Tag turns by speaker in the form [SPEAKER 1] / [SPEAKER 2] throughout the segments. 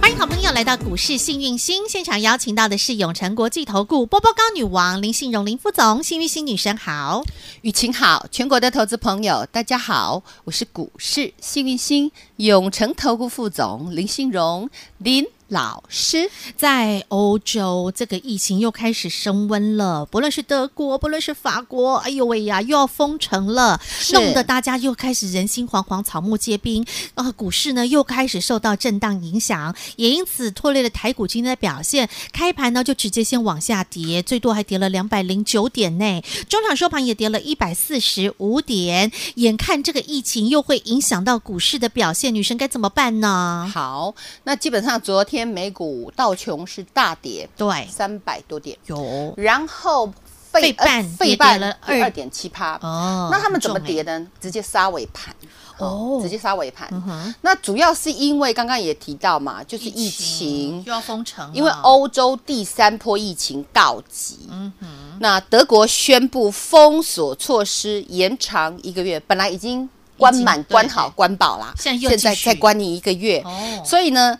[SPEAKER 1] 欢迎好朋友来到股市幸运星现场，邀请到的是永诚国际投顾波波高女王林信荣林副总，幸运星女神好。
[SPEAKER 2] 雨晴好，全国的投资朋友大家好，我是股市幸运星永诚投顾副总林信荣林老师。
[SPEAKER 1] 在欧洲，这个疫情又开始升温了，不论是德国，不论是法国，哎呦喂呀，又要封城了，弄得大家又开始人心惶惶，草木皆兵。啊、股市呢又开始受到震荡影响，也因此拖累了台股今天的表现。开盘呢就直接先往下跌，最多还跌了两百零九点呢，中场收盘也跌了一百四十五点。眼看这个疫情又会影响到股市的表现，女生该怎么办呢？
[SPEAKER 2] 好，那基本上昨天美股道琼是大跌
[SPEAKER 1] 对，
[SPEAKER 2] 三百多点，
[SPEAKER 1] 有
[SPEAKER 2] 然后
[SPEAKER 1] 费半
[SPEAKER 2] 呃
[SPEAKER 1] 也
[SPEAKER 2] 费
[SPEAKER 1] 跌
[SPEAKER 2] 半
[SPEAKER 1] 了
[SPEAKER 2] 二
[SPEAKER 1] 2
[SPEAKER 2] 点七趴。
[SPEAKER 1] 哦
[SPEAKER 2] 那他们怎么
[SPEAKER 1] 很重欸
[SPEAKER 2] 跌的呢？直接杀尾盘
[SPEAKER 1] 哦
[SPEAKER 2] 直接杀尾盘。
[SPEAKER 1] 嗯哼
[SPEAKER 2] 那主要是因为刚刚也提到嘛，就是疫情
[SPEAKER 1] 哎又要封城啊了，
[SPEAKER 2] 因为欧洲第三波疫情告急，
[SPEAKER 1] 嗯
[SPEAKER 2] 那德国宣布封锁措施延长一个月，本来已经关满
[SPEAKER 1] 已经、对
[SPEAKER 2] 关好、关饱啦，
[SPEAKER 1] 现在又继续
[SPEAKER 2] 再关你一个月，
[SPEAKER 1] 哦嗯
[SPEAKER 2] 所以呢，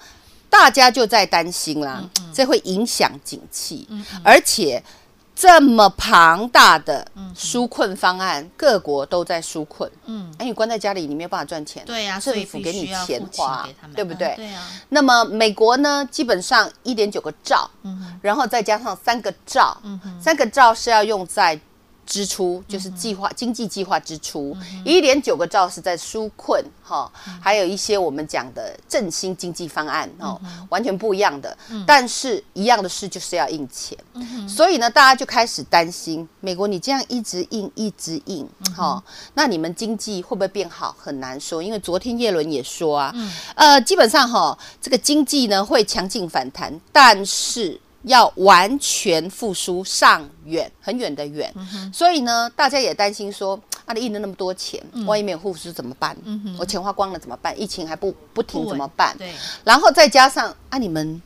[SPEAKER 2] 大家就在担心啦，这会影响景气，而且。这么庞大的纾困方案，各国都在纾困。
[SPEAKER 1] 嗯
[SPEAKER 2] 嗯，哎，你关在家里，你没有办法赚钱。
[SPEAKER 1] 对啊，所以
[SPEAKER 2] 政
[SPEAKER 1] 必
[SPEAKER 2] 府
[SPEAKER 1] 须
[SPEAKER 2] 给你
[SPEAKER 1] 要
[SPEAKER 2] 钱
[SPEAKER 1] 付钱
[SPEAKER 2] 花
[SPEAKER 1] 给他们，
[SPEAKER 2] 对不
[SPEAKER 1] 嗯
[SPEAKER 2] 对？
[SPEAKER 1] 对啊，
[SPEAKER 2] 那么美国呢，基本上一点九个兆，然后再加上三个兆，三个兆是要用在支出，就是计划、经济计划支出，一点九个兆是在纾困哈，还有一些我们讲的振兴经济方案哦，完全不一样的，但是一样的事就是要印钱，所以呢，大家就开始担心，美国你这样一直印一直印，哈、那你们经济会不会变好很难说，因为昨天耶伦也说啊，呃，基本上哈、这个经济呢会强劲反弹，但是。要完全复苏，上远很远的远，所以呢，大家也担心说，啊，你印了那么多钱，万一没有复苏怎么办？我钱花光了怎么办？疫情还不不停怎么办？
[SPEAKER 1] 对，
[SPEAKER 2] 然后再加上啊，你们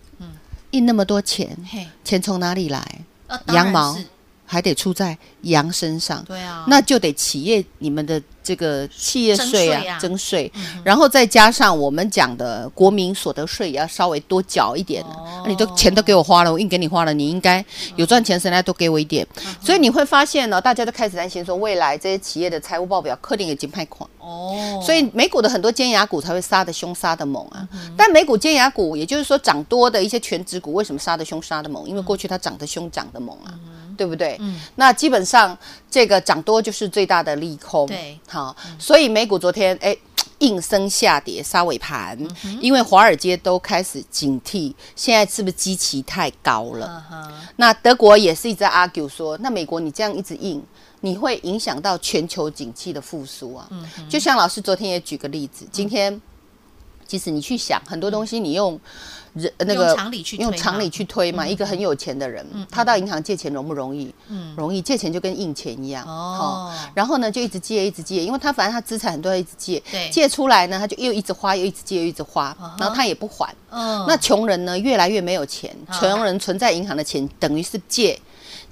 [SPEAKER 2] 印那么多钱，
[SPEAKER 1] 嘿，
[SPEAKER 2] 钱从哪里来？
[SPEAKER 1] 呃当然
[SPEAKER 2] 羊毛
[SPEAKER 1] 是
[SPEAKER 2] 还得出在羊身上，
[SPEAKER 1] 对啊，
[SPEAKER 2] 那就得企业你们的这个企业税
[SPEAKER 1] 征嗯
[SPEAKER 2] 啊征税，然后再加上我们讲的国民所得税也要稍微多缴一点、啊
[SPEAKER 1] 哦嗯
[SPEAKER 2] 那你都钱都给我花了，我硬给你花了，你应该有赚钱，谁来都给我一点。所以你会发现呢、大家都开始担心说，未来这些企业的财务报表肯定已经派款。
[SPEAKER 1] 哦，
[SPEAKER 2] 所以美股的很多尖牙股才会杀的凶、杀的猛啊。
[SPEAKER 1] 嗯
[SPEAKER 2] 但美股尖牙股，也就是说涨多的一些全指股，为什么杀的凶、杀的猛？
[SPEAKER 1] 嗯
[SPEAKER 2] 因为过去它涨得凶、涨得猛啊，对不对？那基本上这个涨多就是最大的利空。
[SPEAKER 1] 对嗯
[SPEAKER 2] 好，所以美股昨天哎。应声下跌，杀尾盘，
[SPEAKER 1] 嗯
[SPEAKER 2] 因为华尔街都开始警惕，现在是不是基期太高了？
[SPEAKER 1] 嗯哼，
[SPEAKER 2] 那德国也是一直在 argue 说，那美国你这样一直硬，你会影响到全球景气的复苏啊。
[SPEAKER 1] 嗯
[SPEAKER 2] 就像老师昨天也举个例子，今天其实你去想很多东西，你用人呃那个
[SPEAKER 1] 常理去推嗯
[SPEAKER 2] 用
[SPEAKER 1] 嘛
[SPEAKER 2] 常理去推嘛，一个很有钱的人，
[SPEAKER 1] 嗯
[SPEAKER 2] 他到银行借钱容不容易？容易，借钱就跟印钱一样。
[SPEAKER 1] 哦
[SPEAKER 2] 齁然后呢就一直借一直借，因为他反正他资产很多，他一直借
[SPEAKER 1] 对，啊
[SPEAKER 2] 借出来呢他就又一直花，又一直借，又一直花
[SPEAKER 1] 哈，
[SPEAKER 2] 然后他也不还。
[SPEAKER 1] 嗯，
[SPEAKER 2] 那穷人呢，越来越没有钱，
[SPEAKER 1] 啊
[SPEAKER 2] 穷人存在银行的钱等于是借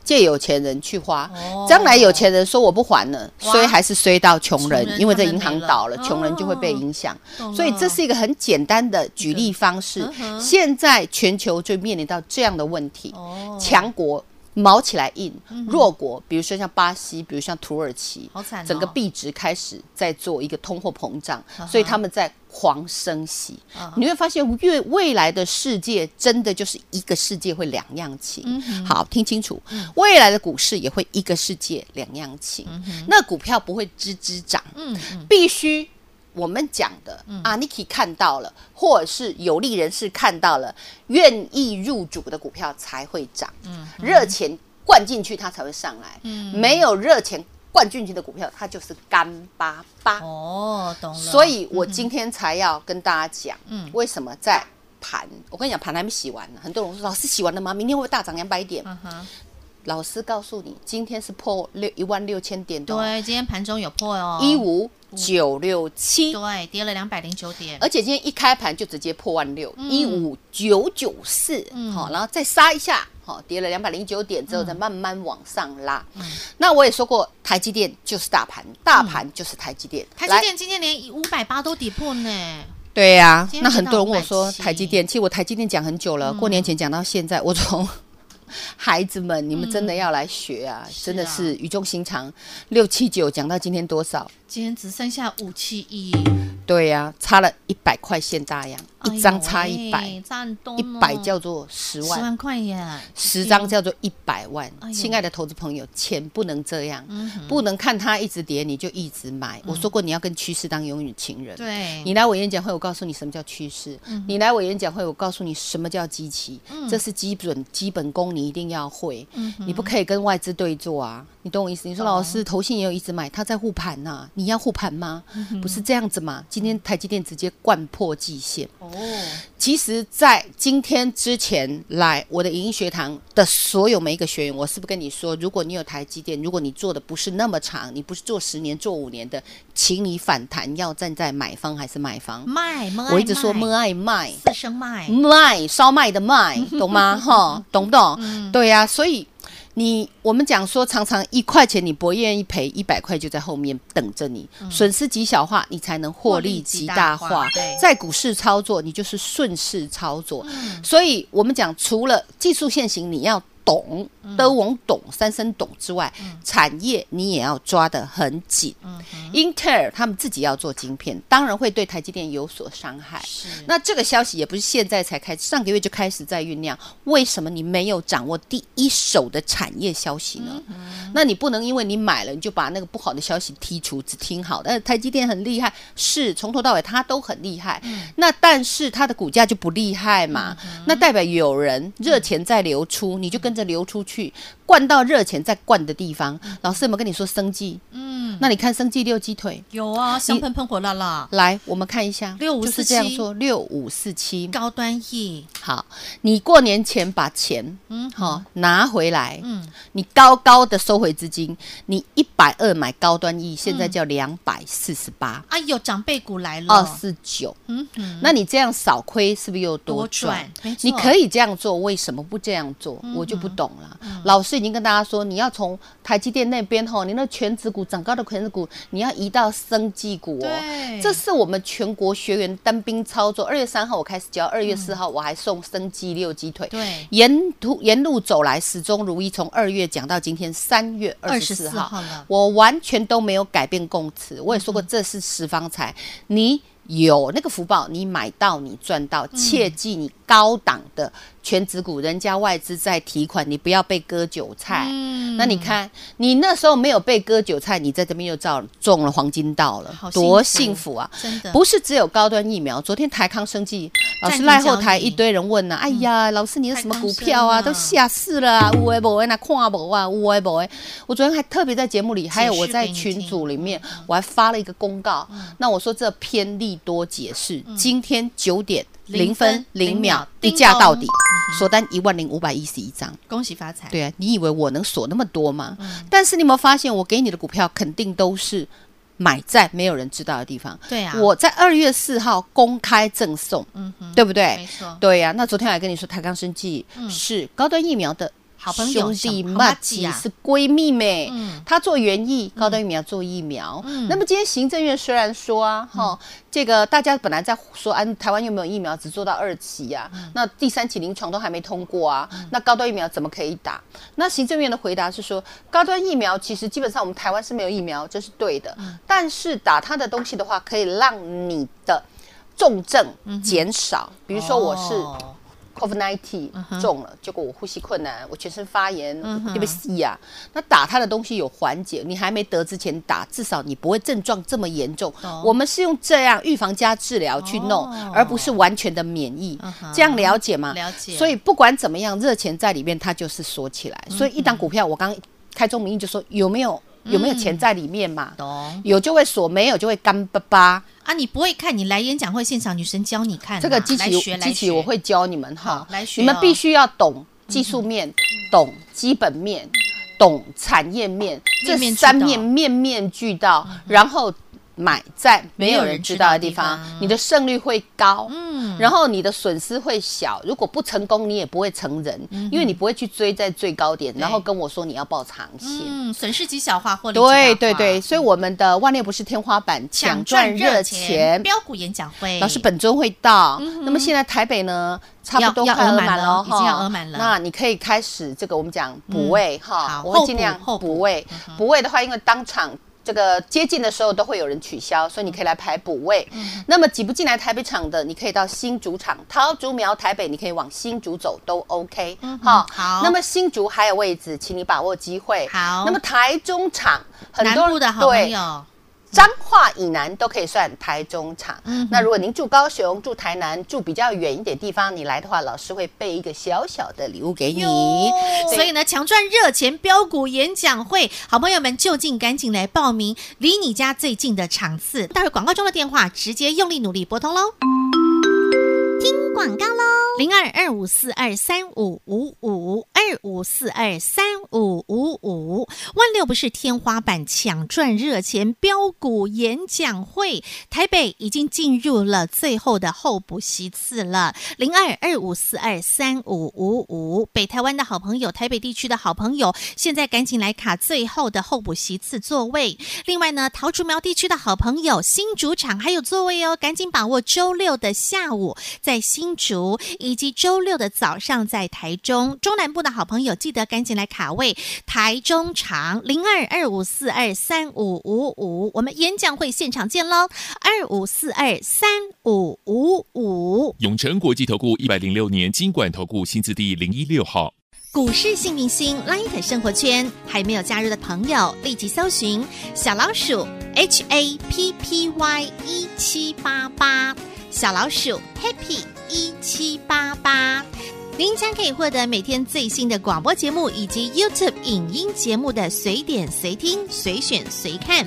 [SPEAKER 2] 借有钱人去花
[SPEAKER 1] 哦，
[SPEAKER 2] 将来有钱人说我不还了，
[SPEAKER 1] 哇
[SPEAKER 2] 衰还是衰到穷
[SPEAKER 1] 穷人
[SPEAKER 2] 人，因为这
[SPEAKER 1] 他们
[SPEAKER 2] 银行
[SPEAKER 1] 没了
[SPEAKER 2] 倒了，穷人就会被
[SPEAKER 1] 哦
[SPEAKER 2] 影响
[SPEAKER 1] 懂了，
[SPEAKER 2] 所以这是一个很简单的举例方式
[SPEAKER 1] 嗯哼。
[SPEAKER 2] 现在全球就面临到这样的问题，
[SPEAKER 1] 哦，嗯
[SPEAKER 2] 强国毛起来硬，弱国，比如说像巴西，比如像土耳其
[SPEAKER 1] 好惨哦，嗯
[SPEAKER 2] 整个币值开始在做一个通货膨胀，所以他们在狂升息。你会发现，越未来的世界真的就是一个世界会两样
[SPEAKER 1] 嗯
[SPEAKER 2] 情。好，听清楚，未来的股市也会一个世界两样情。那股票不会吱吱涨，
[SPEAKER 1] 嗯，
[SPEAKER 2] 必须我们讲的、啊，Niki 看到了，或者是有利人士看到了，愿意入主的股票才会涨，
[SPEAKER 1] 嗯
[SPEAKER 2] 热钱灌进去它才会上来，没有热钱灌进去的股票，它就是干巴巴。
[SPEAKER 1] 哦，懂了，嗯
[SPEAKER 2] 所以我今天才要跟大家讲，为什么在盘，我跟你讲，盘还没洗完呢。很多人说老师洗完了吗？明天会不会大涨两百点？
[SPEAKER 1] 嗯
[SPEAKER 2] 老师告诉你，今天是破六一万六千点的、哦，
[SPEAKER 1] 对，啊今天盘中有破哦，
[SPEAKER 2] 一五九六七，
[SPEAKER 1] 对，跌了两百零九点，
[SPEAKER 2] 而且今天一开盘就直接破万六，
[SPEAKER 1] 嗯
[SPEAKER 2] 一五九九四，好，然后再杀一下，好、跌了两百零九点之后再慢慢往上拉。
[SPEAKER 1] 嗯
[SPEAKER 2] 那我也说过，台积电就是大盘，大盘就是台积电，
[SPEAKER 1] 嗯台积
[SPEAKER 2] 来
[SPEAKER 1] 电今天连五百八都跌破呢。
[SPEAKER 2] 对呀、
[SPEAKER 1] 今天
[SPEAKER 2] 那很多人问我
[SPEAKER 1] 跌到
[SPEAKER 2] 说
[SPEAKER 1] 170
[SPEAKER 2] 台积电，其实我台积电讲很久了，
[SPEAKER 1] 嗯
[SPEAKER 2] 过年前讲到现在，我从 孩子们，你们真的要来学啊，
[SPEAKER 1] 嗯
[SPEAKER 2] 真的是语重心长。六七九讲到今天多少？
[SPEAKER 1] 今天只剩下五七一，
[SPEAKER 2] 对呀、差了一百块现大洋，一张差
[SPEAKER 1] 哎呦
[SPEAKER 2] 一
[SPEAKER 1] 喂哦
[SPEAKER 2] 百，
[SPEAKER 1] 差很多
[SPEAKER 2] 一
[SPEAKER 1] 呢
[SPEAKER 2] 百叫做十
[SPEAKER 1] 十
[SPEAKER 2] 万。
[SPEAKER 1] 万块耶，
[SPEAKER 2] 十张叫做一百万
[SPEAKER 1] 嗯哎，呦
[SPEAKER 2] 亲爱的投资朋友，钱不能这样，
[SPEAKER 1] 嗯
[SPEAKER 2] 不能看它一直跌你就一直买。我说过你要跟趋势当永远情人，
[SPEAKER 1] 对，嗯
[SPEAKER 2] 你来我演讲会，我告诉你什么叫趋势；你来我演讲会，我告诉你什么叫基期。这是基本基本功，你一定要会。
[SPEAKER 1] 嗯
[SPEAKER 2] 你不可以跟外资对做啊！你懂我意思？你说老师，投信也有一直买，他在护盘呐，你要护盘吗？
[SPEAKER 1] 嗯
[SPEAKER 2] 不是这样子嘛！今天台积电直接灌破季线。
[SPEAKER 1] 哦，
[SPEAKER 2] 其实，在今天之前来我的影音学堂的所有每一个学员，我是不是跟你说，如果你有台积电，如果你做的不是那么长，你不是做十年、做五年的，请你反弹，要站在买方还是卖方？
[SPEAKER 1] 卖，
[SPEAKER 2] 我一直说
[SPEAKER 1] 卖
[SPEAKER 2] 么嗯爱卖
[SPEAKER 1] 四声卖，
[SPEAKER 2] 卖烧麦的 卖，懂吗？哈，懂不懂？
[SPEAKER 1] 嗯
[SPEAKER 2] 对呀、所以你我们讲说，常常一块钱你不愿意赔，一百块就在后面等着你，损失极小化，你才能获利极大
[SPEAKER 1] 嗯获
[SPEAKER 2] 化
[SPEAKER 1] 利极大化对。
[SPEAKER 2] 在股市操作，你就是顺势操作。
[SPEAKER 1] 嗯
[SPEAKER 2] 所以我们讲，除了技术现行，你要。懂，
[SPEAKER 1] 嗯
[SPEAKER 2] 都我懂，三声懂之外，产业你也要抓得很紧。
[SPEAKER 1] 嗯
[SPEAKER 2] 英特尔他们自己要做晶片，当然会对台积电有所伤害。
[SPEAKER 1] 是
[SPEAKER 2] 那这个消息也不是现在才开，上个月就开始在酝酿。为什么你没有掌握第一手的产业消息呢？那你不能因为你买了你就把那个不好的消息剔除，只听好的。但台积电很厉害，是从头到尾它都很厉害。那但是它的股价就不厉害嘛，那代表有人热钱在流出，你就跟着流出去，灌到热钱在灌的地方。老师有没有跟你说生计？嗯，那你看生计六鸡腿。
[SPEAKER 1] 有啊，香喷喷火辣辣，
[SPEAKER 2] 来，我们看一下，
[SPEAKER 1] 6547
[SPEAKER 2] 就是这样做，六五四七。
[SPEAKER 1] 高端 E，
[SPEAKER 2] 好，你过年前把钱，
[SPEAKER 1] 嗯
[SPEAKER 2] 嗯，好、拿回来，
[SPEAKER 1] 嗯，
[SPEAKER 2] 你高高的收回资金，你一百二买高端 E，现在
[SPEAKER 1] 嗯
[SPEAKER 2] 叫两百四十八，
[SPEAKER 1] 哎呦，长辈股来
[SPEAKER 2] 二
[SPEAKER 1] 了，
[SPEAKER 2] 四九，
[SPEAKER 1] 哦嗯哼，
[SPEAKER 2] 那你这样少亏是不是又多
[SPEAKER 1] 多
[SPEAKER 2] 赚
[SPEAKER 1] 赚？，没错，嗯
[SPEAKER 2] 你可以这样做，为什么不这样做？我就不懂了。老师已经跟大家说，你要从台积电那边吼，你那全指股涨高的全指股，你要移到生技股哦
[SPEAKER 1] 对。
[SPEAKER 2] 这是我们全国学员单兵操作。二月三号我开始教，二月四号我还送生技六鸡腿。
[SPEAKER 1] 对
[SPEAKER 2] 沿途沿路走来始终如一，从二月讲到今天三月二十
[SPEAKER 1] 24
[SPEAKER 2] 四号
[SPEAKER 1] 号了嗯
[SPEAKER 2] 我完全都没有改变供词。我也说过，这是十方财，你有那个福报，你买到你赚到，
[SPEAKER 1] 嗯
[SPEAKER 2] 切记你高档的全指股，人家外资在提款，你不要被割韭菜。
[SPEAKER 1] 嗯
[SPEAKER 2] 哎那你看，你那时候没有被割韭菜，你在这边又照中了黄金道了
[SPEAKER 1] 好，
[SPEAKER 2] 多
[SPEAKER 1] 幸
[SPEAKER 2] 幸
[SPEAKER 1] 福
[SPEAKER 2] 福啊！
[SPEAKER 1] 真的
[SPEAKER 2] 不是只有高端疫苗，昨天台康生技老
[SPEAKER 1] 暂
[SPEAKER 2] 师
[SPEAKER 1] 停
[SPEAKER 2] 赖后
[SPEAKER 1] 交
[SPEAKER 2] 台
[SPEAKER 1] 易
[SPEAKER 2] 一堆人问
[SPEAKER 1] 嗯
[SPEAKER 2] 呐、哎呀，老师你是什么
[SPEAKER 1] 太
[SPEAKER 2] 股
[SPEAKER 1] 高深
[SPEAKER 2] 票啊？
[SPEAKER 1] 了
[SPEAKER 2] 都下市了、啊，无为不为那看不啊，无为不为。我昨天还特别在节目里，还有我在
[SPEAKER 1] 解释给你
[SPEAKER 2] 群
[SPEAKER 1] 听嗯
[SPEAKER 2] 组里面，我还发了一个公告。那我说这偏利多解释，
[SPEAKER 1] 嗯
[SPEAKER 2] 今天九点零分零秒一
[SPEAKER 1] 叮
[SPEAKER 2] 价到
[SPEAKER 1] 咚嗯
[SPEAKER 2] 底，锁单一万零五百一十一张。
[SPEAKER 1] 恭喜发财，
[SPEAKER 2] 对啊，你以为我能锁那么多吗？
[SPEAKER 1] 嗯
[SPEAKER 2] 但是你有没有发现，我给你的股票肯定都是买在没有人知道的地方。
[SPEAKER 1] 对啊，
[SPEAKER 2] 我在二月四号公开赠送，
[SPEAKER 1] 嗯哼，
[SPEAKER 2] 对不
[SPEAKER 1] 没
[SPEAKER 2] 对？
[SPEAKER 1] 错，
[SPEAKER 2] 对呀、那昨天还跟你说，台康生技是高端疫苗的
[SPEAKER 1] 嗯好朋友
[SPEAKER 2] 兄弟
[SPEAKER 1] 小好妈
[SPEAKER 2] 妈
[SPEAKER 1] 吉
[SPEAKER 2] 吉
[SPEAKER 1] 啊
[SPEAKER 2] 是闺蜜妹，
[SPEAKER 1] 嗯
[SPEAKER 2] 她做园艺，高端疫苗做疫苗。那么今天行政院虽然说啊，
[SPEAKER 1] 嗯
[SPEAKER 2] 哈，这个大家本来在说，啊，台湾有没有疫苗只做到二期啊？
[SPEAKER 1] 嗯
[SPEAKER 2] 那第三期临床都还没通过啊，那高端疫苗怎么可以打？那行政院的回答是说，高端疫苗其实基本上我们台湾是没有疫苗，这是对的。
[SPEAKER 1] 嗯
[SPEAKER 2] 但是打它的东西的话，可以让你的重症减少。比如说我是
[SPEAKER 1] 嗯哦嗯
[SPEAKER 2] COVID nineteen 中了，结果我呼吸困难，我全身发炎，对不对呀？那打他的东西有缓解，你还没得之前打，至少你不会症状这么严重
[SPEAKER 1] 懂。
[SPEAKER 2] 我们是用这样预防加治疗去弄
[SPEAKER 1] 哦，
[SPEAKER 2] 而不是完全的免疫
[SPEAKER 1] 嗯哼。
[SPEAKER 2] 这样了解吗？
[SPEAKER 1] 了解嗯
[SPEAKER 2] 所以不管怎么样，热钱在里面，它就是锁起来。所以一档股票，我刚开宗明义就说有没有有没有钱在里面嘛？
[SPEAKER 1] 嗯懂
[SPEAKER 2] 有就会锁，没有就会干巴巴。
[SPEAKER 1] 啊？你不会看，你来演讲会现场，女神教你看啊、
[SPEAKER 2] 这个机
[SPEAKER 1] 来
[SPEAKER 2] 器
[SPEAKER 1] 学来
[SPEAKER 2] 机器
[SPEAKER 1] 学
[SPEAKER 2] 我会教你们哈
[SPEAKER 1] 好，来学
[SPEAKER 2] 你们
[SPEAKER 1] 哦
[SPEAKER 2] 必须要懂技术面、懂基本面、懂产业面，这
[SPEAKER 1] 嗯面面俱
[SPEAKER 2] 三
[SPEAKER 1] 到嗯
[SPEAKER 2] 面面面俱到，然后买在没
[SPEAKER 1] 有
[SPEAKER 2] 有
[SPEAKER 1] 人
[SPEAKER 2] 人
[SPEAKER 1] 知
[SPEAKER 2] 知
[SPEAKER 1] 道
[SPEAKER 2] 道
[SPEAKER 1] 的
[SPEAKER 2] 的地
[SPEAKER 1] 地
[SPEAKER 2] 方
[SPEAKER 1] 方，
[SPEAKER 2] 你的胜率会高，
[SPEAKER 1] 嗯
[SPEAKER 2] 然后你的损失会小。如果不成功，你也不会成人，
[SPEAKER 1] 嗯
[SPEAKER 2] 因为你不会去追在最高点，然后跟我说你要报长线。
[SPEAKER 1] 嗯，损失极小化，获利极大化
[SPEAKER 2] 对对对，，所以我们的万念不是天花板，
[SPEAKER 1] 抢
[SPEAKER 2] 抢
[SPEAKER 1] 赚
[SPEAKER 2] 赚
[SPEAKER 1] 热
[SPEAKER 2] 热
[SPEAKER 1] 钱，
[SPEAKER 2] 钱。
[SPEAKER 1] 标股演讲会，
[SPEAKER 2] 老师本周会到，那么现在台北呢，差不多
[SPEAKER 1] 嗯要
[SPEAKER 2] 快
[SPEAKER 1] 要额
[SPEAKER 2] 额
[SPEAKER 1] 满
[SPEAKER 2] 满
[SPEAKER 1] 了
[SPEAKER 2] 了
[SPEAKER 1] 已经要
[SPEAKER 2] 哈
[SPEAKER 1] 额满了嗯
[SPEAKER 2] 那你可以开始这个我们讲补位哈
[SPEAKER 1] 好，
[SPEAKER 2] 我
[SPEAKER 1] 后
[SPEAKER 2] 会尽
[SPEAKER 1] 补
[SPEAKER 2] 量
[SPEAKER 1] 后补嗯
[SPEAKER 2] 补位。补位的话，因为当场。这个接近的时候都会有人取消，所以你可以来排补位。
[SPEAKER 1] 嗯
[SPEAKER 2] 那么挤不进来台北场的，你可以到新竹场、桃竹苗、台北，你可以往新竹走都 OK。好
[SPEAKER 1] 嗯好
[SPEAKER 2] 那么新竹还有位置，请你把握机会。
[SPEAKER 1] 好
[SPEAKER 2] 那么台中场很
[SPEAKER 1] 南
[SPEAKER 2] 多
[SPEAKER 1] 部的好
[SPEAKER 2] 对
[SPEAKER 1] 朋友，
[SPEAKER 2] 彰化以南都可以算台中场。
[SPEAKER 1] 嗯
[SPEAKER 2] 那如果您住高雄、住台南、住比较远一点地方，你来的话，老师会备一个小小的礼物给你。对
[SPEAKER 1] 所以呢，强赚热钱标股演讲会，好朋友们就近赶紧来报名，离你家最近的场次。待会儿广告中的电话直接用力努力拨通喽。广告喽，零二二五四二三五五五二五四二三五五五万六不是天花板，抢赚热钱标股演讲会，台北已经进入了最后的候补席次了，零二二五四二三五五五，北台湾的好朋友，台北地区的好朋友，现在赶紧来卡最后的候补席次座位，另外呢，桃竹苗地区的好朋友，新竹场还有座位哦，赶紧把握周六的下午在新竹，以及周六的早上在台中。中南部的好朋友，记得赶紧来卡位台中场零二二五四二三五五五，我们演讲会现场见喽，二五四二三五五五。
[SPEAKER 3] 永诚国际投顾一百零六年金管投顾新字第零一六号。
[SPEAKER 1] 股市幸运星 Light 生活圈还没有加入的朋友，立即搜寻小老鼠 HAPPY 一七八八，小老鼠 Happy 一七八八。您将可以获得每天最新的广播节目以及 YouTube 影音节目的随点随听、随选随看。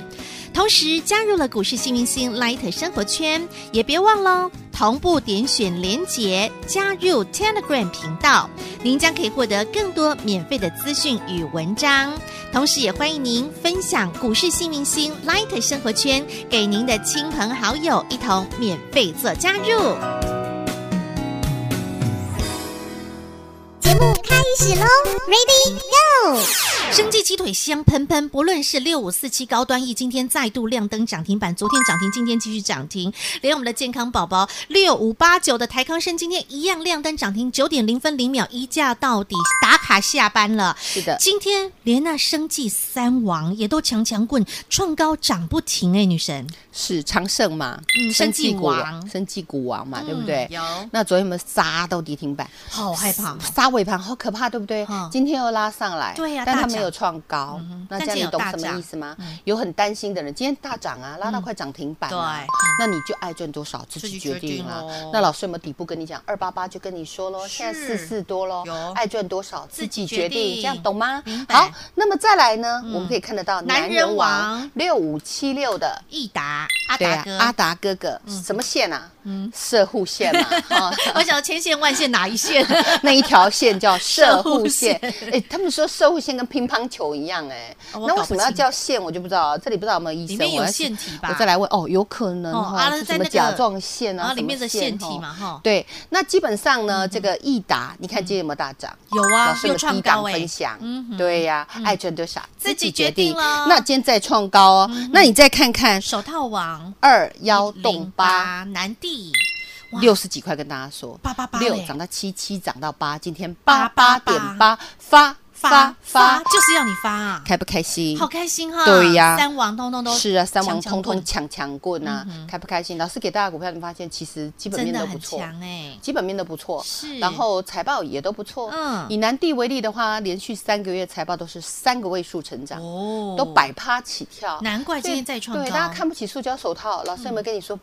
[SPEAKER 1] 同时加入了股市新明星 Light 生活圈，也别忘了哦同步点选连结加入 Telegram 频道，您将可以获得更多免费的资讯与文章。同时，也欢迎您分享股市新明星 Light 生活圈给您的亲朋好友，一同免费做加入。
[SPEAKER 4] 节目开始喽，Ready Go！
[SPEAKER 1] 生技鸡腿香喷喷，不论是六五四七高端 E，今天再度亮灯涨停板，昨天涨停，今天继续涨停，连我们的健康宝宝六五八九的台康生今天一样亮灯涨停，九点零分零秒一价到底，打卡下班了。
[SPEAKER 2] 是的，
[SPEAKER 1] 今天连那生技三王也都强强棍创高涨不停哎、女神
[SPEAKER 2] 是长盛嘛，
[SPEAKER 1] 嗯生技
[SPEAKER 2] 股啊
[SPEAKER 1] 王
[SPEAKER 2] 生技股王嘛，对不
[SPEAKER 1] 嗯
[SPEAKER 2] 对？
[SPEAKER 1] 有
[SPEAKER 2] 那昨天我们杀到跌停板，
[SPEAKER 1] 好害怕哦，
[SPEAKER 2] 杀尾盘好可怕，对不对
[SPEAKER 1] 嗯？
[SPEAKER 2] 今天又拉上来，
[SPEAKER 1] 对呀
[SPEAKER 2] 但
[SPEAKER 1] 大
[SPEAKER 2] 它
[SPEAKER 1] 涨
[SPEAKER 2] 没有创高
[SPEAKER 1] 嗯哼，
[SPEAKER 2] 那
[SPEAKER 1] 但今
[SPEAKER 2] 这样
[SPEAKER 1] 天
[SPEAKER 2] 你
[SPEAKER 1] 有
[SPEAKER 2] 懂
[SPEAKER 1] 大
[SPEAKER 2] 什么
[SPEAKER 1] 涨嗯
[SPEAKER 2] 意思吗？有很担心的人，今天大涨啊，拉到快涨停板啊
[SPEAKER 1] 对嗯，
[SPEAKER 2] 那你就爱赚多少自
[SPEAKER 1] 自己
[SPEAKER 2] 己
[SPEAKER 1] 决
[SPEAKER 2] 决定啊
[SPEAKER 1] 定咯。
[SPEAKER 2] 那老师有没有底部跟你讲二八八就跟你说喽，现在四四多喽
[SPEAKER 1] 有，
[SPEAKER 2] 爱赚多少
[SPEAKER 1] 自
[SPEAKER 2] 自
[SPEAKER 1] 己
[SPEAKER 2] 己
[SPEAKER 1] 决
[SPEAKER 2] 决
[SPEAKER 1] 定
[SPEAKER 2] 定，这样懂吗
[SPEAKER 1] 明？白嗯
[SPEAKER 2] 好，那么再来呢，我们可以看得到
[SPEAKER 1] 男
[SPEAKER 2] 男
[SPEAKER 1] 人
[SPEAKER 2] 人
[SPEAKER 1] 王
[SPEAKER 2] 王六五七六的
[SPEAKER 1] 益达阿
[SPEAKER 2] 对
[SPEAKER 1] 达
[SPEAKER 2] 啊
[SPEAKER 1] 哥，嗯
[SPEAKER 2] 阿达哥哥什么线啊？射护线嘛， 哈
[SPEAKER 1] 我想要千线万线哪一 线？。
[SPEAKER 2] 那一条线叫射护线
[SPEAKER 1] 射
[SPEAKER 2] 哎、他们说射护线跟乒乓球一样、哎、
[SPEAKER 1] 哦我
[SPEAKER 2] 那
[SPEAKER 1] 搞
[SPEAKER 2] 为
[SPEAKER 1] 不
[SPEAKER 2] 什么要
[SPEAKER 1] 清
[SPEAKER 2] 叫线？我就不知道，这里不知道有没有医
[SPEAKER 1] 里
[SPEAKER 2] 生。
[SPEAKER 1] 面有
[SPEAKER 2] 我要
[SPEAKER 1] 腺体吧
[SPEAKER 2] 我再来问哦，有可能
[SPEAKER 1] 哦
[SPEAKER 2] 哦，
[SPEAKER 1] 啊
[SPEAKER 2] 是
[SPEAKER 1] 在那
[SPEAKER 2] 什么
[SPEAKER 1] 个
[SPEAKER 2] 甲状腺啊，
[SPEAKER 1] 然后
[SPEAKER 2] 什
[SPEAKER 1] 里
[SPEAKER 2] 么
[SPEAKER 1] 面的腺体
[SPEAKER 2] 哦
[SPEAKER 1] 嘛哈
[SPEAKER 2] 对，那基本上呢，这个益达，你看今天有没有大涨？
[SPEAKER 1] 有
[SPEAKER 2] 老
[SPEAKER 1] 嗯啊，
[SPEAKER 2] 师
[SPEAKER 1] 又
[SPEAKER 2] 们
[SPEAKER 1] 创
[SPEAKER 2] 低
[SPEAKER 1] 高
[SPEAKER 2] 档
[SPEAKER 1] 哎、
[SPEAKER 2] 分享，
[SPEAKER 1] 嗯哼
[SPEAKER 2] 对呀、爱赚多少
[SPEAKER 1] 自己决定嗯咯
[SPEAKER 2] 那今天再创高哦，那你再看看
[SPEAKER 1] 手套王
[SPEAKER 2] 二幺洞八
[SPEAKER 1] 南地哇
[SPEAKER 2] 六十几块，跟大家说
[SPEAKER 1] 八八八
[SPEAKER 2] 六
[SPEAKER 1] 嘞
[SPEAKER 2] 涨到七，七涨到八，今天
[SPEAKER 1] 八八
[SPEAKER 2] 八八
[SPEAKER 1] 八
[SPEAKER 2] 点八，发发发，
[SPEAKER 1] 就是要你发啊，
[SPEAKER 2] 开不开心
[SPEAKER 1] 好？开心哈！
[SPEAKER 2] 对呀
[SPEAKER 1] 三王通通都
[SPEAKER 2] 是啊，三
[SPEAKER 1] 强
[SPEAKER 2] 王
[SPEAKER 1] 强
[SPEAKER 2] 通通
[SPEAKER 1] 棍嗯
[SPEAKER 2] 抢强棍啊，开不开心？老师给大家股票，你发现其实基本
[SPEAKER 1] 真
[SPEAKER 2] 面
[SPEAKER 1] 的
[SPEAKER 2] 都不
[SPEAKER 1] 很
[SPEAKER 2] 错，
[SPEAKER 1] 强哎，
[SPEAKER 2] 基本面都不错，
[SPEAKER 1] 是
[SPEAKER 2] 然后财报也都不错。
[SPEAKER 1] 嗯
[SPEAKER 2] 以南地为例的话，连续三个月财报都是三个位数成长，
[SPEAKER 1] 哦
[SPEAKER 2] 都百趴起跳。
[SPEAKER 1] 难怪今天再创
[SPEAKER 2] 对，
[SPEAKER 1] 高，
[SPEAKER 2] 大家看不起塑胶手套，老师有没有跟你说？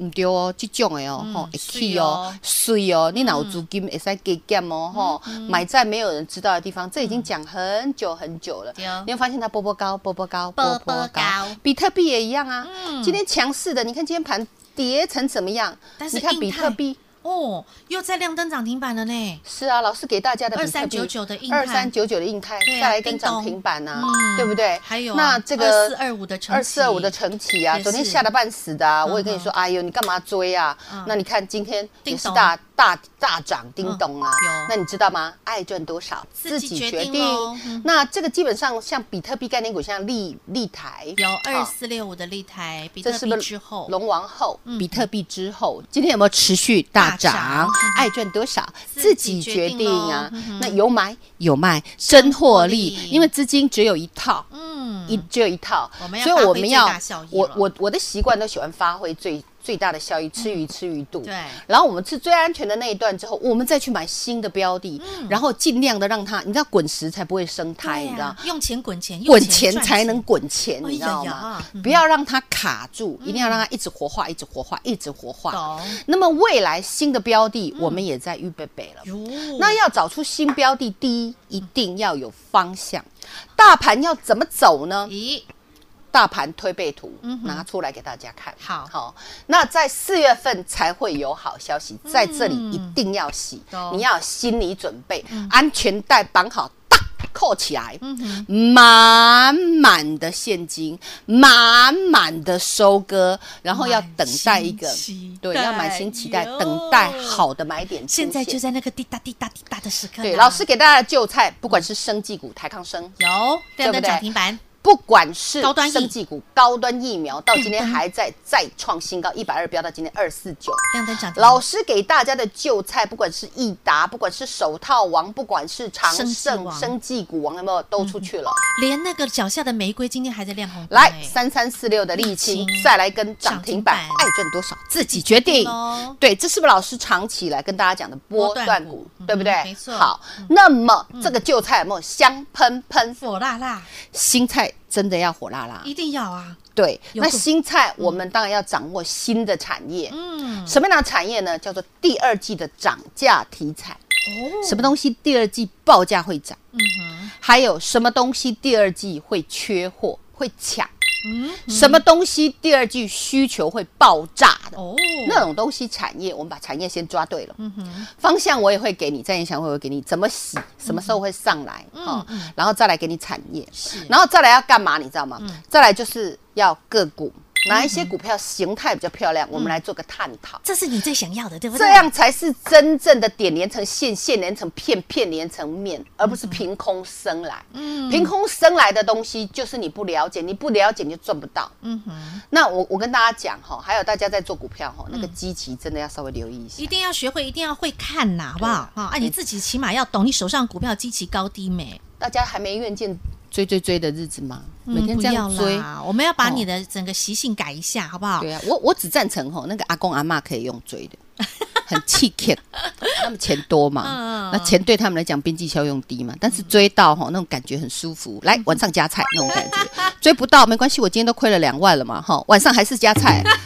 [SPEAKER 2] 唔对哦，即种的哦，吼、会去
[SPEAKER 1] 嗯是哦，
[SPEAKER 2] 哦
[SPEAKER 1] 嗯
[SPEAKER 2] 水哦，你哪有租金会使加减哦，吼、买在没有人知道的地方，这已经讲很久很久了。
[SPEAKER 1] 对
[SPEAKER 2] 你会发现它波波高，波波高，
[SPEAKER 1] 波
[SPEAKER 2] 波
[SPEAKER 1] 波
[SPEAKER 2] 波高
[SPEAKER 1] 高，嗯
[SPEAKER 2] 比特币也一样啊。今天强势的，你看今天盘跌成怎么样？
[SPEAKER 1] 但是
[SPEAKER 2] 你看
[SPEAKER 1] 印
[SPEAKER 2] 比
[SPEAKER 1] 太
[SPEAKER 2] 特币。
[SPEAKER 1] 哦，又在亮灯涨停板了呢。
[SPEAKER 2] 是啊，老师给大家的
[SPEAKER 1] 2399的硬
[SPEAKER 2] 二
[SPEAKER 1] 派
[SPEAKER 2] 三九九的硬泰，
[SPEAKER 1] 对啊
[SPEAKER 2] 再来跟涨
[SPEAKER 1] 叮
[SPEAKER 2] 停
[SPEAKER 1] 咚
[SPEAKER 2] 板啊
[SPEAKER 1] 嗯，
[SPEAKER 2] 对不对？
[SPEAKER 1] 还有啊
[SPEAKER 2] 那这个
[SPEAKER 1] 2425的成
[SPEAKER 2] 二四二五
[SPEAKER 1] 绩
[SPEAKER 2] 的成企啊
[SPEAKER 1] 也，
[SPEAKER 2] 昨天
[SPEAKER 1] 是
[SPEAKER 2] 吓得半死的啊！我也跟你
[SPEAKER 1] 嗯哼
[SPEAKER 2] 说，哎呦，你干嘛追啊
[SPEAKER 1] 嗯？
[SPEAKER 2] 那你看今天也
[SPEAKER 1] 叮
[SPEAKER 2] 是
[SPEAKER 1] 咚
[SPEAKER 2] 大大大涨，叮咚啊
[SPEAKER 1] 嗯有！
[SPEAKER 2] 那你知道吗？爱赚多少
[SPEAKER 1] 自己决定咯嗯
[SPEAKER 2] 那这个基本上像比特币概念股，像立立台
[SPEAKER 1] 有二
[SPEAKER 2] 啊
[SPEAKER 1] 四六五的立台，比
[SPEAKER 2] 这
[SPEAKER 1] 特
[SPEAKER 2] 是
[SPEAKER 1] 币
[SPEAKER 2] 不是
[SPEAKER 1] 之后，
[SPEAKER 2] 龙王后
[SPEAKER 1] 嗯，
[SPEAKER 2] 比特币之后，今天有没有持续大
[SPEAKER 1] 大涨嗯
[SPEAKER 2] 涨？爱赚多少自己决定啊
[SPEAKER 1] 自己决定咯！嗯
[SPEAKER 2] 那有买有卖，真获利
[SPEAKER 1] 真获利，
[SPEAKER 2] 因为资金只有一套。
[SPEAKER 1] 嗯，
[SPEAKER 2] 一只有一套
[SPEAKER 1] 我们，要
[SPEAKER 2] 所以我们要
[SPEAKER 1] 发挥最大效益
[SPEAKER 2] 我
[SPEAKER 1] 了
[SPEAKER 2] 我我的习惯都喜欢发挥最最大的效益，吃鱼吃鱼肚。
[SPEAKER 1] 嗯对
[SPEAKER 2] 然后我们吃最安全的那一段之后，我们再去买新的标的，
[SPEAKER 1] 嗯
[SPEAKER 2] 然后尽量的让它，你知道滚石才不会生
[SPEAKER 1] 对啊
[SPEAKER 2] 胎，你知道
[SPEAKER 1] 呀，。用钱滚钱，用
[SPEAKER 2] 滚钱
[SPEAKER 1] 赚
[SPEAKER 2] 才能滚钱，
[SPEAKER 1] 哎呀
[SPEAKER 2] 你知道
[SPEAKER 1] 呀
[SPEAKER 2] 吗
[SPEAKER 1] 嗯？
[SPEAKER 2] 不要让它卡住，一定要让它一直活化，一直活化，一直活化。
[SPEAKER 1] 懂。
[SPEAKER 2] 那么未来新的标的，我们也在预备备了。
[SPEAKER 1] 嗯哟，
[SPEAKER 2] 那要找出新标的，第一一定要有方向。大盘要怎么走呢？
[SPEAKER 1] 咦，
[SPEAKER 2] 大盘推背图
[SPEAKER 1] 嗯哼
[SPEAKER 2] 拿出来给大家看。
[SPEAKER 1] 好
[SPEAKER 2] 好，那在四月份才会有好消息，在这里一定要洗
[SPEAKER 1] 嗯懂，
[SPEAKER 2] 你要有心理准备，安全带绑好，哒扣起来。
[SPEAKER 1] 嗯哼，
[SPEAKER 2] 满满的现金，满满的收割，然后要等待一个
[SPEAKER 1] 满心期待，
[SPEAKER 2] 对，要满心期待，
[SPEAKER 1] 哟
[SPEAKER 2] 等待好的买点出现。
[SPEAKER 1] 现在就在那个滴答滴答滴答的时刻啦。
[SPEAKER 2] 对，老师给大家的韭菜，不管是生技股、台康生，
[SPEAKER 1] 有亮
[SPEAKER 2] 对不
[SPEAKER 1] 灯
[SPEAKER 2] 对
[SPEAKER 1] 涨停板，
[SPEAKER 2] 不管是
[SPEAKER 1] 高端疫嗯
[SPEAKER 2] 生技股、高端疫苗，到今天还在再创新高，一百二飙到今天二四九。
[SPEAKER 1] 亮灯涨停板，
[SPEAKER 2] 老师给大家的韭菜，不管是益达，不管是手套王，不管是长
[SPEAKER 1] 生技
[SPEAKER 2] 盛
[SPEAKER 1] 王嗯
[SPEAKER 2] 生技股王，有没有都出去了？
[SPEAKER 1] 连那个脚下的玫瑰今天还在亮红灯
[SPEAKER 2] 来
[SPEAKER 1] 哎
[SPEAKER 2] 三三四六的沥
[SPEAKER 1] 沥
[SPEAKER 2] 青
[SPEAKER 1] 青，
[SPEAKER 2] 再来跟涨停板，
[SPEAKER 1] 涨停板
[SPEAKER 2] 爱赚多少自己决
[SPEAKER 1] 哎
[SPEAKER 2] 定
[SPEAKER 1] 咯。
[SPEAKER 2] 对，这是不是老师长期来跟大家讲的波
[SPEAKER 1] 波段
[SPEAKER 2] 段
[SPEAKER 1] 股
[SPEAKER 2] 股
[SPEAKER 1] 嗯，
[SPEAKER 2] 对不对
[SPEAKER 1] 没？错嗯
[SPEAKER 2] 好，那么这个韭菜有没有香喷喷？
[SPEAKER 1] 火辣辣，
[SPEAKER 2] 新菜真的要火辣辣。
[SPEAKER 1] 一定要啊，
[SPEAKER 2] 对，
[SPEAKER 1] 有
[SPEAKER 2] 那
[SPEAKER 1] 个
[SPEAKER 2] 新菜我们当然要掌握新的产业。
[SPEAKER 1] 嗯，
[SPEAKER 2] 什么样的产业呢？叫做第二季的涨价题材。
[SPEAKER 1] 哦
[SPEAKER 2] 什么东西第二季报价会涨？
[SPEAKER 1] 嗯哼，
[SPEAKER 2] 还有什么东西第二季会缺货、会抢？
[SPEAKER 1] 嗯，
[SPEAKER 2] 什么东西第二季需求会爆炸的？
[SPEAKER 1] 哦，
[SPEAKER 2] 那种东西产业，我们把产业先抓对了，
[SPEAKER 1] 嗯哼，
[SPEAKER 2] 方向我也会给你，再影响会我会给你怎么洗，什么时候会上来，哈、
[SPEAKER 1] 嗯
[SPEAKER 2] 然后再来给你产业，
[SPEAKER 1] 是，嗯
[SPEAKER 2] 然后再来要干嘛，你知道吗？再来就是要个股，哪一些股票形态比较漂
[SPEAKER 1] 嗯
[SPEAKER 2] 亮，我们来做个探讨。
[SPEAKER 1] 这是你最想要的，对不对？
[SPEAKER 2] 哦这样才是真正的点连成线，线连成片，片连成面，而不是凭空生来。
[SPEAKER 1] 嗯
[SPEAKER 2] 凭空生来的东西，就是你不了解，你不了解你就赚不到。
[SPEAKER 1] 嗯哼，嗯
[SPEAKER 2] 那我我跟大家讲哈，还有大家在做股票哈，那个基期真的要稍微留意一下
[SPEAKER 1] 一。定要学会，一定要会看呐，好不
[SPEAKER 2] 嗯
[SPEAKER 1] 好？啊，你自己起码要懂你手上股票基期高低没？
[SPEAKER 2] 大家还没愿见追追追的日子吗？
[SPEAKER 1] 嗯
[SPEAKER 2] 每天这样
[SPEAKER 1] 不
[SPEAKER 2] 追
[SPEAKER 1] 要。啦，我们要把你的整个习性改一下，好不好？
[SPEAKER 2] 对啊，我我只赞成吼，那个阿公阿妈可以用追的，很气 k 他们钱多嘛
[SPEAKER 1] 嗯，
[SPEAKER 2] 那钱对他们来讲边际效用低嘛，但是追到吼那种感觉很舒服，来晚上加菜那种感觉，追不到没关系，我今天都亏了两万了嘛，哈，晚上还是加菜，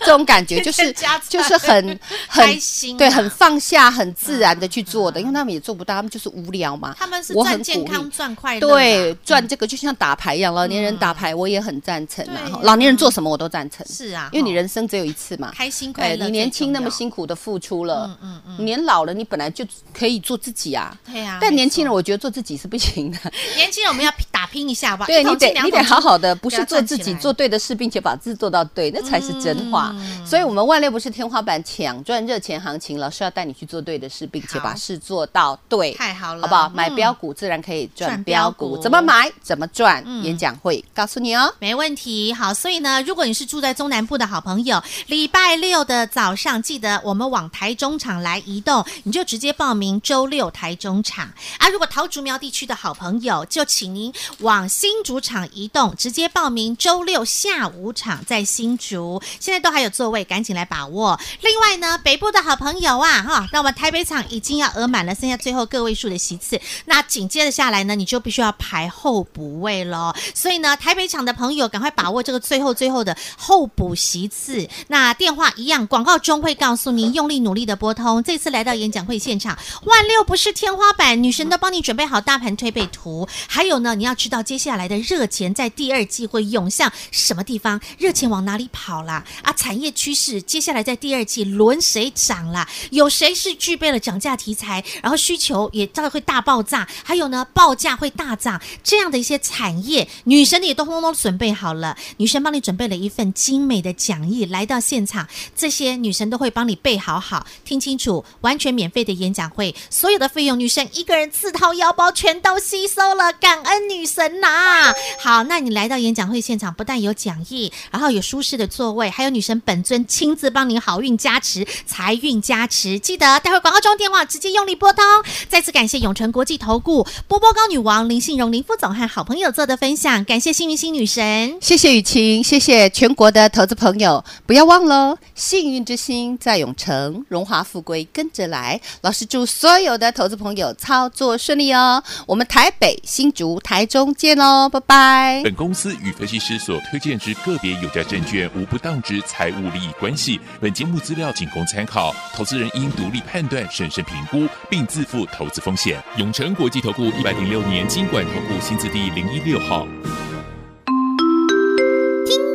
[SPEAKER 2] 这种感觉就
[SPEAKER 1] 天
[SPEAKER 2] 是
[SPEAKER 1] 天 加菜
[SPEAKER 2] 就是很
[SPEAKER 1] 开
[SPEAKER 2] 很
[SPEAKER 1] 心啊嗯
[SPEAKER 2] 对，很放下，很自然的去做的，因为他们也做不到，他们就是无聊嘛，
[SPEAKER 1] 他们是
[SPEAKER 2] 我
[SPEAKER 1] 赚
[SPEAKER 2] 很
[SPEAKER 1] 健
[SPEAKER 2] 鼓励
[SPEAKER 1] 康、赚快乐啦，嗯
[SPEAKER 2] 对，赚这个就像打牌一样，老年人打牌我也很赞成啊，哈老年人做什么我都赞成，
[SPEAKER 1] 是啊，
[SPEAKER 2] 因为你
[SPEAKER 1] 哈
[SPEAKER 2] 人生只有一次嘛，
[SPEAKER 1] 开心快
[SPEAKER 2] 哎，
[SPEAKER 1] 乐，
[SPEAKER 2] 你年轻那么，辛苦的付出了，
[SPEAKER 1] 嗯
[SPEAKER 2] 你年老了你本来就可以做自己啊。
[SPEAKER 1] 对呀。
[SPEAKER 2] 但年轻
[SPEAKER 1] 人，
[SPEAKER 2] 人，我觉得做自己是不行的。
[SPEAKER 1] 年轻人我们要打拼一下，好不好？
[SPEAKER 2] 对
[SPEAKER 1] 一桶
[SPEAKER 2] 你得
[SPEAKER 1] 金，两
[SPEAKER 2] 你得
[SPEAKER 1] 桶金
[SPEAKER 2] 好好的，不
[SPEAKER 1] 不
[SPEAKER 2] 是
[SPEAKER 1] 要
[SPEAKER 2] 做
[SPEAKER 1] 站
[SPEAKER 2] 自
[SPEAKER 1] 起
[SPEAKER 2] 己，
[SPEAKER 1] 来
[SPEAKER 2] 做对的事，并且把字做到对，那才是真话。
[SPEAKER 1] 嗯
[SPEAKER 2] 所以，我们万六不是天花板，抢赚热钱行情，老师要带你去做对的事，并且
[SPEAKER 1] 好
[SPEAKER 2] 把事做到对。
[SPEAKER 1] 太好了，
[SPEAKER 2] 好不好？买
[SPEAKER 1] 嗯
[SPEAKER 2] 标股自然可以赚
[SPEAKER 1] 赚标
[SPEAKER 2] 标
[SPEAKER 1] 股嗯
[SPEAKER 2] 股，怎么买怎么赚，演讲会告诉你哦。
[SPEAKER 1] 没问题，好，所以呢，如果你是住在中南部的好朋友，礼拜六的早上记得我们往台中场来移动，你就直接报名周六台中场啊。如果桃竹苗地区的好朋友，就请您往新竹场移动，直接报名周六下午场在新竹，现在都还有座位，赶紧来把握。另外呢，北部的好朋友啊，哈，那我们台北场已经要额满了，剩下最后个位数的席次，那紧接着下来呢，你就必须要排候补位喽。所以呢，台北场的朋友赶快把握这个最后最后的候补席次。那电话一样，广告中会告诉您，用力努力的拨通。这次来到演讲会现场，万六不是天花板，女神都帮你准备好大盘推背图。还有呢，你要知道接下来的热钱在第二季会涌向什么地方，热钱往哪里跑啦？啊，产业趋势接下来在第二季轮谁涨啦？有谁是具备了涨价题材，然后需求也照会大爆炸？还有呢，报价会大涨，这样的一些产业，女神也都通通准备好了。女神帮你准备了一份精美的讲义，来到现场，这些女神都会帮你备好好，听清楚，完全免费的演讲会，所有的费用女神一个人自掏腰包全都吸收了，感恩女神呐、好，那你来到演讲会现场，不但有讲义，然后有舒适的座位，还有女神本尊亲自帮您好运加持、财运加持。记得待会广告中电话直接用力拨通。再次感谢永诚国际投顾波波高女王林信荣林副总和好朋友做的分享，感谢幸运星女神。
[SPEAKER 2] 谢谢雨晴，谢谢全国的投资朋友，不要忘了哦，幸运之星在永城，荣华富贵跟着来。老师祝所有的投资朋友操作顺利哦。我们台北、新竹、台中见喽，拜拜。
[SPEAKER 3] 本公司与分析师所推荐之个别有价证券无不当之财务利益关系。本节目资料仅供参考，投资人应独立判断、审慎评估，并自负投资风险。永诚国际投顾一百零六年经管投顾新字第零一六号。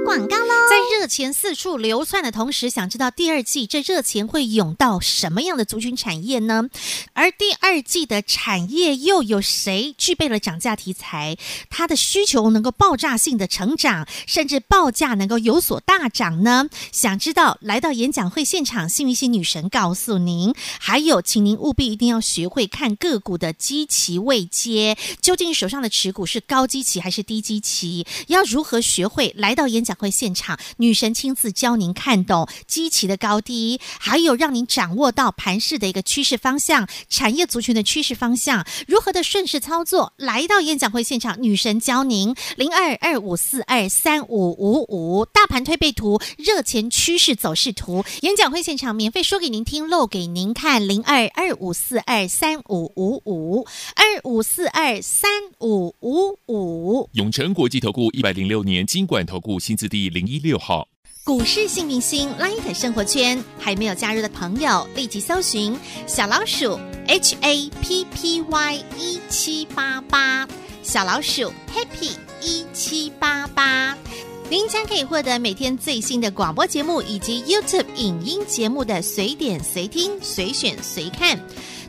[SPEAKER 1] 广告喽！在热钱四处流窜的同时，想知道第二季这热钱会涌到什么样的族群产业呢？而第二季的产业又有谁具备了涨价题材？它的需求能够爆炸性的成长，甚至报价能够有所大涨呢？想知道，来到演讲会现场，幸运星女神告诉您。还有，请您务必一定要学会看个股的基期位阶，究竟手上的持股是高基期还是低基期？要如何学会？来到演讲会现场，女神亲自教您看懂基期的高低，还有让您掌握到盘势的一个趋势方向、产业族群的趋势方向，如何的顺势操作。来到演讲会现场，女神教您零二二五四二三五五五大盘推背图、热钱趋势走势图。演讲会现场免费说给您听，露给您看零二二五四二三五五五二五四二三五五五。
[SPEAKER 3] 永诚国际投顾一百零六年经管投顾新字第零一六号。
[SPEAKER 1] 股市幸运星 Light 生活圈还没有加入的朋友，立即搜寻小老鼠 HAPPY 一七八八，小老鼠 Happy 一七八八。您将可以获得每天最新的广播节目以及 YouTube 影音节目的随点随听、随选随看。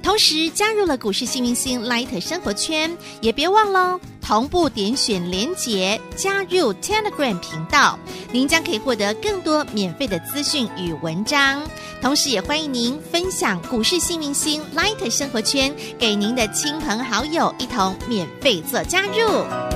[SPEAKER 1] 同时加入了股市幸运星 Light 生活圈，也别忘了哦同步点选连结加入 Telegram 频道，您将可以获得更多免费的资讯与文章。同时，也欢迎您分享股市幸运星 Light 生活圈给您的亲朋好友，一同免费做加入。